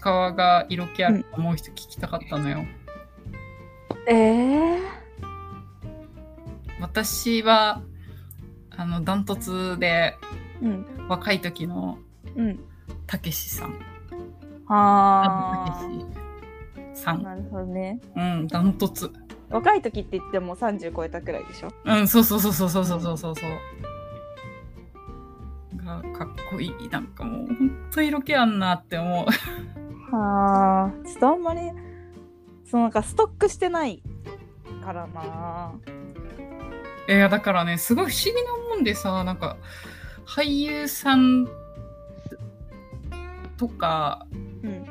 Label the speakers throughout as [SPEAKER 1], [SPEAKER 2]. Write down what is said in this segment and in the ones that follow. [SPEAKER 1] 川が色気あると思う人聞きたかったのよ。
[SPEAKER 2] ええ
[SPEAKER 1] 私はあのダントツで
[SPEAKER 2] うん
[SPEAKER 1] 若い時の
[SPEAKER 2] うん
[SPEAKER 1] たけしさん。
[SPEAKER 2] あ
[SPEAKER 1] たけしさ
[SPEAKER 2] あ
[SPEAKER 1] ん。
[SPEAKER 2] なるほどね
[SPEAKER 1] うん、ダントツ。
[SPEAKER 2] 若い時って言っても30超えたくらいでしょ
[SPEAKER 1] うん、そうそうそうそうそうそうそうそうがかっこいい。なんかもう、ほんと色気あんなって思う。
[SPEAKER 2] はあちょっとあんまりそのなんかストックしてないからない
[SPEAKER 1] や、だからね、すごい不思議なもんでさ、なんか、俳優さんとか、
[SPEAKER 2] うん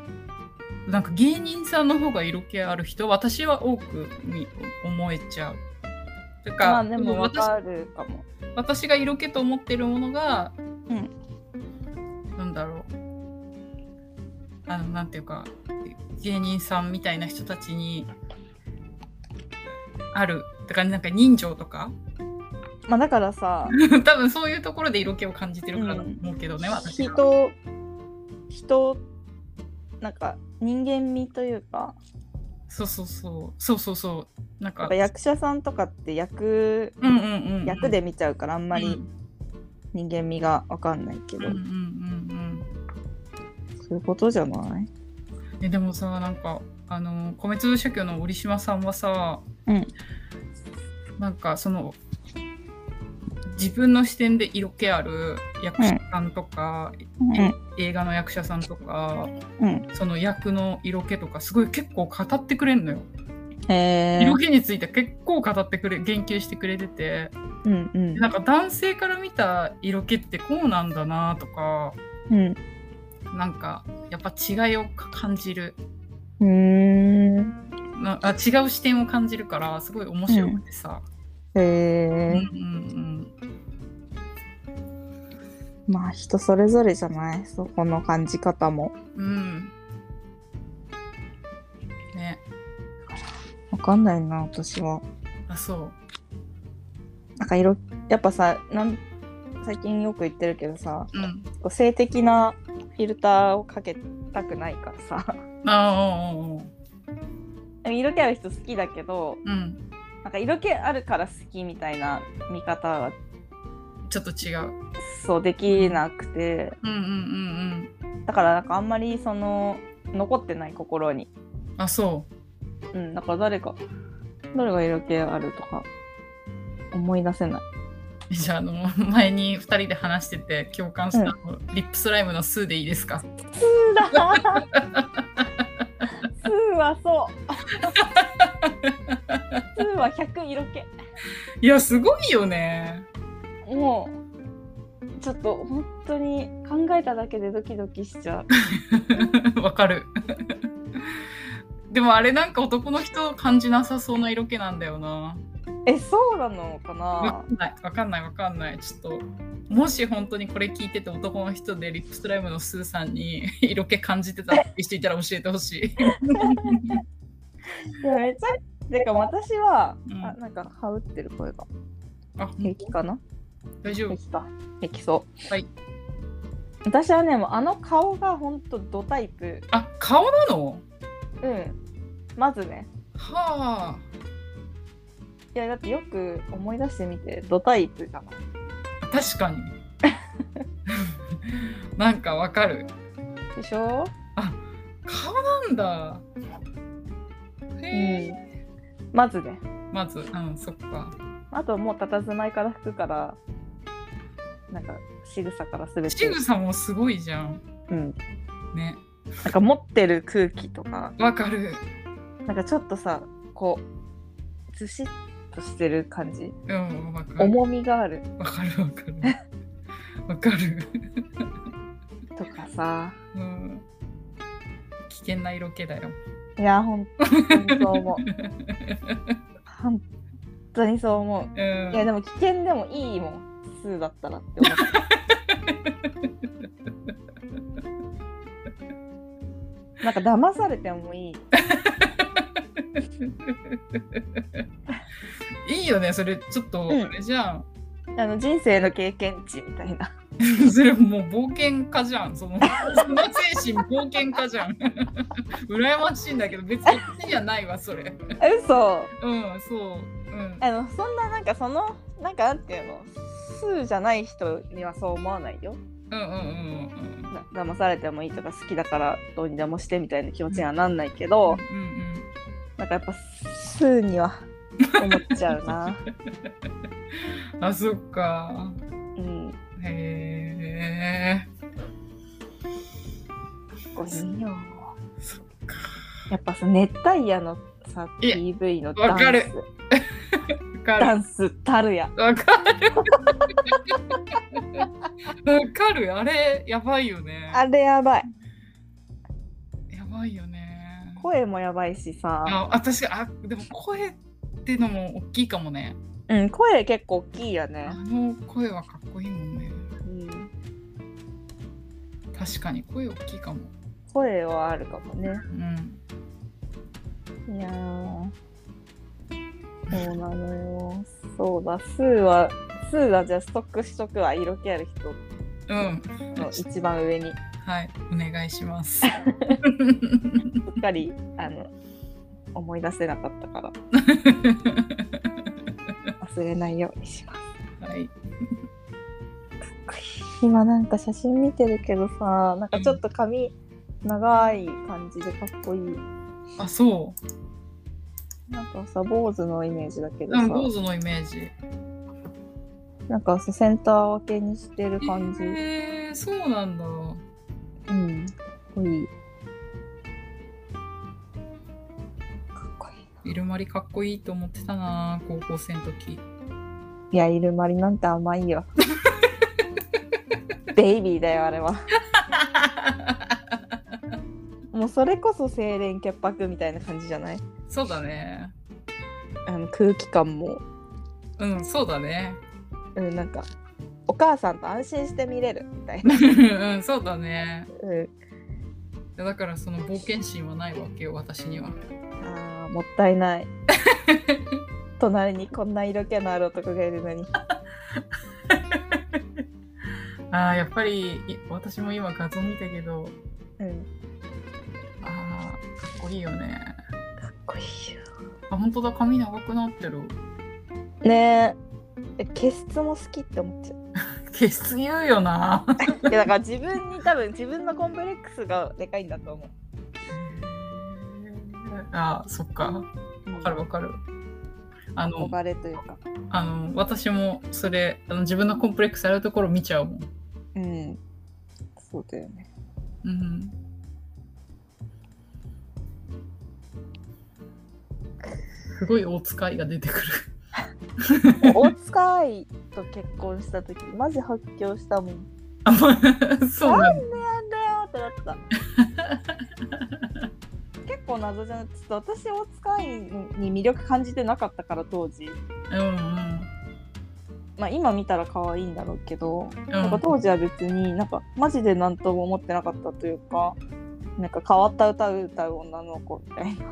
[SPEAKER 1] なんか芸人さんの方が色気ある人、私は多くに思えちゃう。てか、
[SPEAKER 2] まあでもわ
[SPEAKER 1] 私
[SPEAKER 2] かるかも
[SPEAKER 1] 私が色気と思ってるものが、
[SPEAKER 2] うん
[SPEAKER 1] なんだろうあのなんていうか芸人さんみたいな人たちにあるだからなんか人情とか
[SPEAKER 2] まあだからさ
[SPEAKER 1] 多分そういうところで色気を感じてるからだと思うけどね、私は
[SPEAKER 2] 人人なんか人間味というか
[SPEAKER 1] そうそうそうそうそうそうなん
[SPEAKER 2] やっ
[SPEAKER 1] か
[SPEAKER 2] ぱ役者さんとかって役、
[SPEAKER 1] うんうんうんうん
[SPEAKER 2] 役で見ちゃうからあん
[SPEAKER 1] あ
[SPEAKER 2] まり人間味がわかんないけ
[SPEAKER 1] うん
[SPEAKER 2] ど、
[SPEAKER 1] うんうんうん
[SPEAKER 2] そういうことじゃない
[SPEAKER 1] えでもさなんかあの米粒社協の折島さんはさ、
[SPEAKER 2] うん
[SPEAKER 1] なんかその自分の視点で色気ある役者さんとか、
[SPEAKER 2] うん
[SPEAKER 1] 映画の役者さんとか
[SPEAKER 2] うん
[SPEAKER 1] その役の色気とかすごい結構語ってくれんのよ、
[SPEAKER 2] へえ
[SPEAKER 1] 色気について結構語ってくれ言及してくれてて
[SPEAKER 2] うんうん
[SPEAKER 1] なんか男性から見た色気ってこうなんだなとか
[SPEAKER 2] うん
[SPEAKER 1] なんかやっぱ違いを感じる
[SPEAKER 2] うーん
[SPEAKER 1] なあ違う視点を感じるからすごい面白くてさ、
[SPEAKER 2] へ
[SPEAKER 1] うん、
[SPEAKER 2] え
[SPEAKER 1] うんうん
[SPEAKER 2] まあ人それぞれじゃないそこの感じ方も
[SPEAKER 1] うんね
[SPEAKER 2] わかんないな私は
[SPEAKER 1] あそ
[SPEAKER 2] なんか色やっぱさなん最近よく言ってるけどさ
[SPEAKER 1] ううん
[SPEAKER 2] こう性的なフィルターをかけたくないからさ
[SPEAKER 1] ああうんうん
[SPEAKER 2] でも色気ある人好きだけど
[SPEAKER 1] うん
[SPEAKER 2] なんか色気あるから好きみたいな見方は
[SPEAKER 1] ちょっと違う
[SPEAKER 2] そうできなくて
[SPEAKER 1] うんうんうん
[SPEAKER 2] だからなんかあんまりその残ってない心に
[SPEAKER 1] うんあそ
[SPEAKER 2] うんだから誰か誰が色気あるとか思い出せない う
[SPEAKER 1] じゃああの前に2人で話してて共感した、リップスライムの「スー」でいいですか
[SPEAKER 2] スーだスーはそうスーは100色
[SPEAKER 1] いやすごいよね
[SPEAKER 2] 気もうちょっと本当に考えただけでドキドキしちゃう
[SPEAKER 1] わかる。 でもあれなんか男の人感じなさそうな色気なんだよな。
[SPEAKER 2] えそうなのか
[SPEAKER 1] わ
[SPEAKER 2] な
[SPEAKER 1] かんないわかんないわかんない。ちょっともし本当にこれ聞いてて男の人でリップスライムのスーさんに 色気感じてたって人いたら教えてほしい。
[SPEAKER 2] いやめっちゃてか私は、
[SPEAKER 1] うん
[SPEAKER 2] あなんか羽打ってる声が
[SPEAKER 1] あ
[SPEAKER 2] 平気かな
[SPEAKER 1] 大丈夫
[SPEAKER 2] 平。気か平気そう
[SPEAKER 1] はい
[SPEAKER 2] 私はねもうあの顔がほんとドタイプ
[SPEAKER 1] あ顔なの
[SPEAKER 2] うんまずね
[SPEAKER 1] はあ。
[SPEAKER 2] いやだってよく思い出してみてドタイプじゃない
[SPEAKER 1] 確かに。 なんかわかる。
[SPEAKER 2] でしょ、
[SPEAKER 1] あ顔なんだ。
[SPEAKER 2] う
[SPEAKER 1] へえ、
[SPEAKER 2] ん、まずね
[SPEAKER 1] まず、うん、そっか。
[SPEAKER 2] あともう佇まいから服からなんか仕草からすべて
[SPEAKER 1] 仕草もすごいじゃん。
[SPEAKER 2] うん、
[SPEAKER 1] ね。
[SPEAKER 2] なんか持ってる空気とか
[SPEAKER 1] わかる。
[SPEAKER 2] なんかちょっとさこうずしっとしてる感じ
[SPEAKER 1] うん、わかる。
[SPEAKER 2] 重みがある
[SPEAKER 1] わかるわかる。わかる。
[SPEAKER 2] とかさ
[SPEAKER 1] うん。危険な色気だよ。
[SPEAKER 2] いやほんとにそう 思う本当にそう思
[SPEAKER 1] う
[SPEAKER 2] ういや
[SPEAKER 1] ん。
[SPEAKER 2] でも危険でもいいもんスーだったらって 思うなんか騙されてもいい
[SPEAKER 1] いいよね、それちょっと、
[SPEAKER 2] うん
[SPEAKER 1] あれじゃん。
[SPEAKER 2] あの人生の経験値みたいな。
[SPEAKER 1] それもう冒険家じゃん。その その精神冒険家じゃん。 羨ましいんだけど別に私にはないわそれ。
[SPEAKER 2] 嘘
[SPEAKER 1] うんそう。うん、
[SPEAKER 2] あのそんななんかそのなんかなんていうの数じゃない人にはそう思わないよ。
[SPEAKER 1] うんうんうんうん
[SPEAKER 2] な騙されてもいいとか好きだからどうにでもしてみたいな気持ちにはなんないけど、
[SPEAKER 1] うんうん
[SPEAKER 2] なんかやっぱ数には思っちゃう な。
[SPEAKER 1] うん。あそっか。
[SPEAKER 2] うん。
[SPEAKER 1] へえ。
[SPEAKER 2] これいいよ。
[SPEAKER 1] そっか。
[SPEAKER 2] やっぱさ熱帯夜のさ
[SPEAKER 1] いや
[SPEAKER 2] PV のダ
[SPEAKER 1] わか
[SPEAKER 2] ン
[SPEAKER 1] る
[SPEAKER 2] ス
[SPEAKER 1] わかる
[SPEAKER 2] ダンスたるや。
[SPEAKER 1] わかる。わかる。あれ、やばいよね。
[SPEAKER 2] あれやばい。
[SPEAKER 1] やばいよね。
[SPEAKER 2] 声もやばいしさ。
[SPEAKER 1] あ、私、あ、でも声ってのも大きいかもね。
[SPEAKER 2] うん声結構大きいよね
[SPEAKER 1] あ。の声はかっこいいもんね。
[SPEAKER 2] うん
[SPEAKER 1] 確かに声大きいかも。
[SPEAKER 2] 声はあるかもね
[SPEAKER 1] う。ん。
[SPEAKER 2] いやーそうなのよ。そうだスーはスーはじゃあストックしとくわ色気ある人
[SPEAKER 1] うん。
[SPEAKER 2] の一番上に。
[SPEAKER 1] はい、お願いし ます。
[SPEAKER 2] すっかりあの思い出せなかったから忘れないようにします。
[SPEAKER 1] はい。
[SPEAKER 2] 今なんか写真見てるけどさなんかちょっと髪長い感じでかっこいい
[SPEAKER 1] あ、そう。
[SPEAKER 2] なんかさ坊主のイメージだけど
[SPEAKER 1] う
[SPEAKER 2] さ
[SPEAKER 1] ん、坊主のイメージ。
[SPEAKER 2] なんかさセンター分けにしてる感じ、
[SPEAKER 1] へえそうなんだ。
[SPEAKER 2] うんかっこいいかっこいい
[SPEAKER 1] イルマリかっこいいと思ってたな、高校生の時。
[SPEAKER 2] いやイルマリなんて甘い よベイビーだよあれはもうそれこそ清廉潔白みたいな感じじゃない
[SPEAKER 1] そうだね。
[SPEAKER 2] あの空気感も、
[SPEAKER 1] うん、そうだね。
[SPEAKER 2] うん、なんかお母さんと安心して見れるみたいな、
[SPEAKER 1] うん、そうだね。
[SPEAKER 2] うん、
[SPEAKER 1] だからその冒険心はないわけよ、私には。
[SPEAKER 2] あーもったいない隣にこんな色気のある男がいるのに
[SPEAKER 1] ああ、やっぱりい私も今画像見たけど、
[SPEAKER 2] うん
[SPEAKER 1] ああ、かっこいいよね。
[SPEAKER 2] かっこいいよ
[SPEAKER 1] あ、本当だ、髪長くなってる。
[SPEAKER 2] ねええ毛質も好きって思っちゃう
[SPEAKER 1] 毛質言うよな。
[SPEAKER 2] いやだから自分に多分自分のコンプレックスがでかいんだと思
[SPEAKER 1] あーそっか。わ
[SPEAKER 2] う
[SPEAKER 1] かるわかる。あの、
[SPEAKER 2] 憧れというか
[SPEAKER 1] あの私もそれあの、自分のコンプレックスあるところ見ちゃうもん。
[SPEAKER 2] うんそうだよね
[SPEAKER 1] うん。すごい大使いが出てくる。
[SPEAKER 2] 大塚愛と結婚した時マジ発狂したもん
[SPEAKER 1] あ、まあ、 そうな
[SPEAKER 2] な
[SPEAKER 1] んの
[SPEAKER 2] でなんだよってなった。結構謎じゃないちょっと私大塚愛に魅力感じてなかったから当時、
[SPEAKER 1] うん
[SPEAKER 2] まあ、今見たら可愛いんだろうけど、
[SPEAKER 1] うん。
[SPEAKER 2] なんか当時は別になんかマジで何とも思ってなかったというかなんか変わった歌を歌う女の子みたいな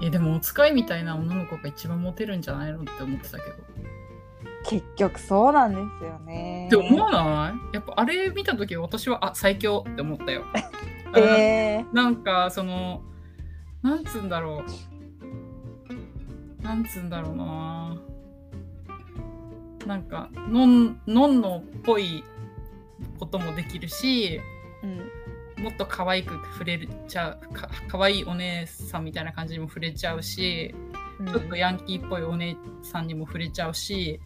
[SPEAKER 1] えでもお使いみたいな女の子が一番モテるんじゃないのって思ってたけど。
[SPEAKER 2] 結局そうなんですよね
[SPEAKER 1] って思わないやっぱあれ見た時私はあ最強って思ったよ。
[SPEAKER 2] え
[SPEAKER 1] あなんかそのなんつうんだろうなんつうんだろうななんかのんのんのっぽいこともできるし
[SPEAKER 2] ーうん
[SPEAKER 1] もっと可愛く触れちゃうか可愛いお姉さんみたいな感じにも触れちゃうし
[SPEAKER 2] うん
[SPEAKER 1] ちょっとヤンキーっぽいお姉さんにも触れちゃうし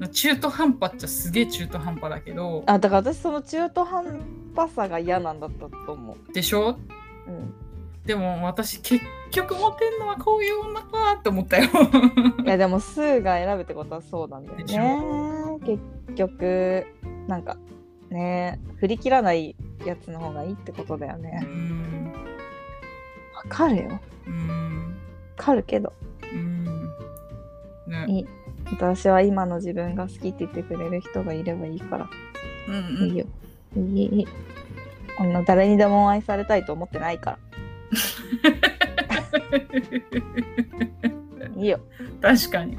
[SPEAKER 2] うん、
[SPEAKER 1] 中途半端っちゃすげえ中途半端だけど
[SPEAKER 2] あだから私その中途半端さが嫌なんだったと思
[SPEAKER 1] でしょ
[SPEAKER 2] う、うん、
[SPEAKER 1] でも私結局モテるのはこういう女かって思ったよ。
[SPEAKER 2] いやでもスーが選ぶってことはそうなんだよ
[SPEAKER 1] でし
[SPEAKER 2] ね結局なんかね振り切らないやつの方がいいってことだよ
[SPEAKER 1] う
[SPEAKER 2] ね
[SPEAKER 1] ん
[SPEAKER 2] わかるよわ
[SPEAKER 1] うん
[SPEAKER 2] かるけど
[SPEAKER 1] うんね、
[SPEAKER 2] い私は今の自分が好きって言ってくれる人がいればいいから、
[SPEAKER 1] うんう
[SPEAKER 2] いい
[SPEAKER 1] ん、
[SPEAKER 2] よいいいいこんな誰にでも愛されたいと思ってない からいいよ
[SPEAKER 1] 確かに。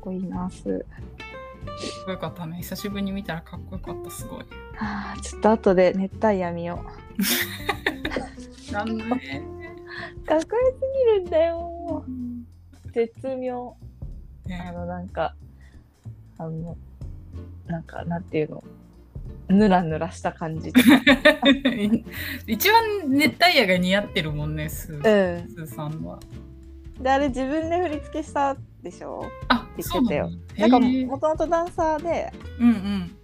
[SPEAKER 2] こいいな、スー。
[SPEAKER 1] っこよかったね。久しぶりに見たらかっこよかった、すごい。
[SPEAKER 2] はあ、ちょっと後で熱帯夜見よ
[SPEAKER 1] なんで
[SPEAKER 2] う。かっこよすぎるんだよ。絶妙。あ
[SPEAKER 1] ね
[SPEAKER 2] の、なんか、あの、なんか、なんていうの、ぬらぬらした感 じ。
[SPEAKER 1] 一番熱帯夜が似合ってるもんね、スー,、
[SPEAKER 2] ん。
[SPEAKER 1] スーさんは。
[SPEAKER 2] で、あれ自分で振り付けしたでしょ
[SPEAKER 1] あ、
[SPEAKER 2] 言って
[SPEAKER 1] そうな
[SPEAKER 2] たよ
[SPEAKER 1] の
[SPEAKER 2] なんかも、
[SPEAKER 1] へえ
[SPEAKER 2] もともとダンサーで、
[SPEAKER 1] うんうん。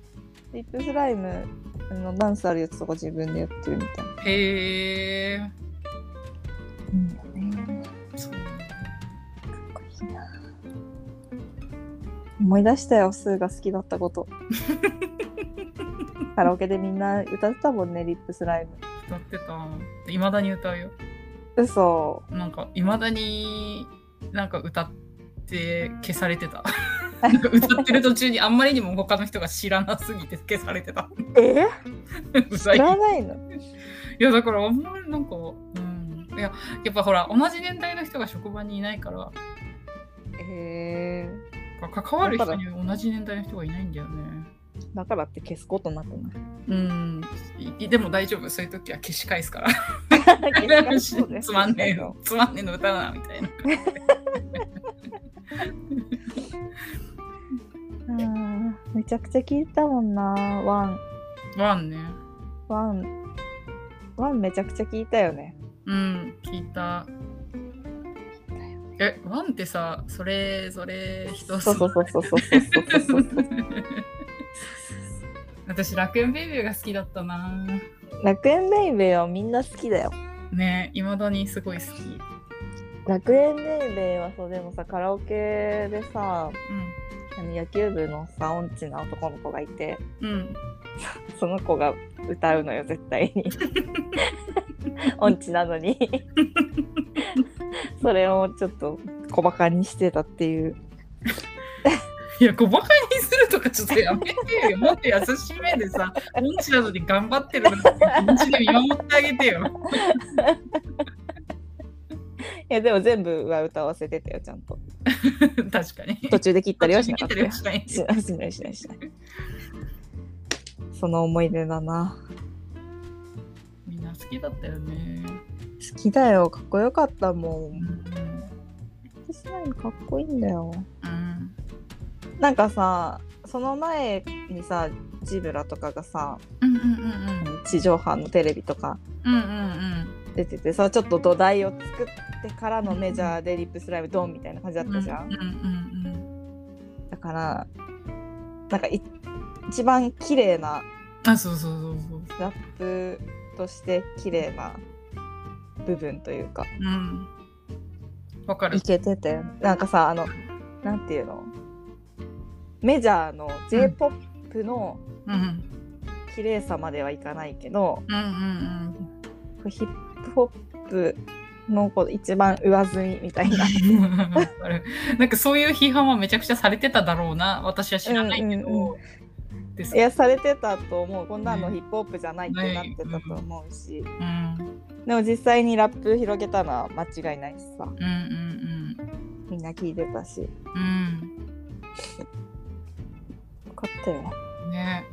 [SPEAKER 2] リップスライムのダンスあるやつとか自分でやってるみたいな。
[SPEAKER 1] へえ。
[SPEAKER 2] うんよね。
[SPEAKER 1] そう
[SPEAKER 2] かっこいいな。思い出したよ、スーが好きだった こと。カラオケでみんな歌ってたもんね、リップスライム。
[SPEAKER 1] 歌ってた。いまだに歌うよ。
[SPEAKER 2] 嘘。
[SPEAKER 1] なんか、いまだになんか歌って消されて た。なんか歌ってる途中にあんまりにも他の人が知らなすぎて消されてた。
[SPEAKER 2] え
[SPEAKER 1] う
[SPEAKER 2] 知
[SPEAKER 1] ざい
[SPEAKER 2] らないの
[SPEAKER 1] いやだからあんまりなんか、うん、いややっぱほら同じ年代の人が職場にいないから
[SPEAKER 2] えー。
[SPEAKER 1] か関わる人に同じ年代の人がいないんだよね。
[SPEAKER 2] だからって消すことなくない
[SPEAKER 1] うん、いでも大丈夫そういう時は消し返すから
[SPEAKER 2] 消し返 す
[SPEAKER 1] つまんねえのつまんねえの歌だなみたいな
[SPEAKER 2] うんめちゃくちゃ聞いたもんなワン
[SPEAKER 1] ワンね
[SPEAKER 2] ワンワンめちゃくちゃ聞いたよね
[SPEAKER 1] うん聞いたえワンってさそれぞれ人
[SPEAKER 2] そうそうそうそうそうそうそうそう
[SPEAKER 1] 私楽園ベイビーが好きだったな
[SPEAKER 2] 楽園ベイベーはみんな好きだよ
[SPEAKER 1] ねいまだにすごい好き
[SPEAKER 2] 楽園ベイベーはそうでもさカラオケでさあの野球部のさ音痴な男の子がいて
[SPEAKER 1] うんうん
[SPEAKER 2] その子が歌うのよ絶対 に音痴なのにそれをちょっと小バカにしてたっていう
[SPEAKER 1] いや、小バカにするとかちょっとやめてよ。もっと優しめでさ、音痴なのに頑張ってるのに、音痴で見守ってあげてよ。
[SPEAKER 2] いやでも全部は歌わせてたよちゃんと
[SPEAKER 1] 確かに。
[SPEAKER 2] 途中で切ったりはしなかったよ
[SPEAKER 1] 途中で切ったりはし
[SPEAKER 2] しないしないしないしないその思い出だな
[SPEAKER 1] みんな好きだったよね。
[SPEAKER 2] 好きだよかっこよかったも
[SPEAKER 1] うんん。
[SPEAKER 2] 私なんかかっこいいんだよ
[SPEAKER 1] うん。
[SPEAKER 2] なんかさその前にさジブラとかがさ
[SPEAKER 1] うんうんうん
[SPEAKER 2] 地上波のテレビとか
[SPEAKER 1] うん。うんうん
[SPEAKER 2] 出ててさちょっと土台を作ってからのメジャーでリップスライムドンみたいな感じだっ
[SPEAKER 1] うん。
[SPEAKER 2] たじゃん、
[SPEAKER 1] うんうん
[SPEAKER 2] だからなんかい一番綺麗な
[SPEAKER 1] うん。あ、そうそうそうそう。
[SPEAKER 2] ラップとして綺麗な部分というか
[SPEAKER 1] うん。わかる
[SPEAKER 2] い。けてたよねなんかさあのなんていうのメジャーの j p o p の
[SPEAKER 1] うんうん
[SPEAKER 2] 綺麗さまではいかないけど、
[SPEAKER 1] うんうん
[SPEAKER 2] ヒップホップのこう一番上積みみたいな
[SPEAKER 1] うん。わかる なんかそういう批判はめちゃくちゃされてただろうな。私は知らないけど。
[SPEAKER 2] うんうん
[SPEAKER 1] です
[SPEAKER 2] いやされてたと思うこんなの
[SPEAKER 1] ね
[SPEAKER 2] ヒップホップじゃないってなってたと思うし、
[SPEAKER 1] うん
[SPEAKER 2] でも実際にラップ広げたのは間違いないしさ
[SPEAKER 1] うんうん
[SPEAKER 2] みんな聞いてたしよ
[SPEAKER 1] うん。うん
[SPEAKER 2] かったよ
[SPEAKER 1] ね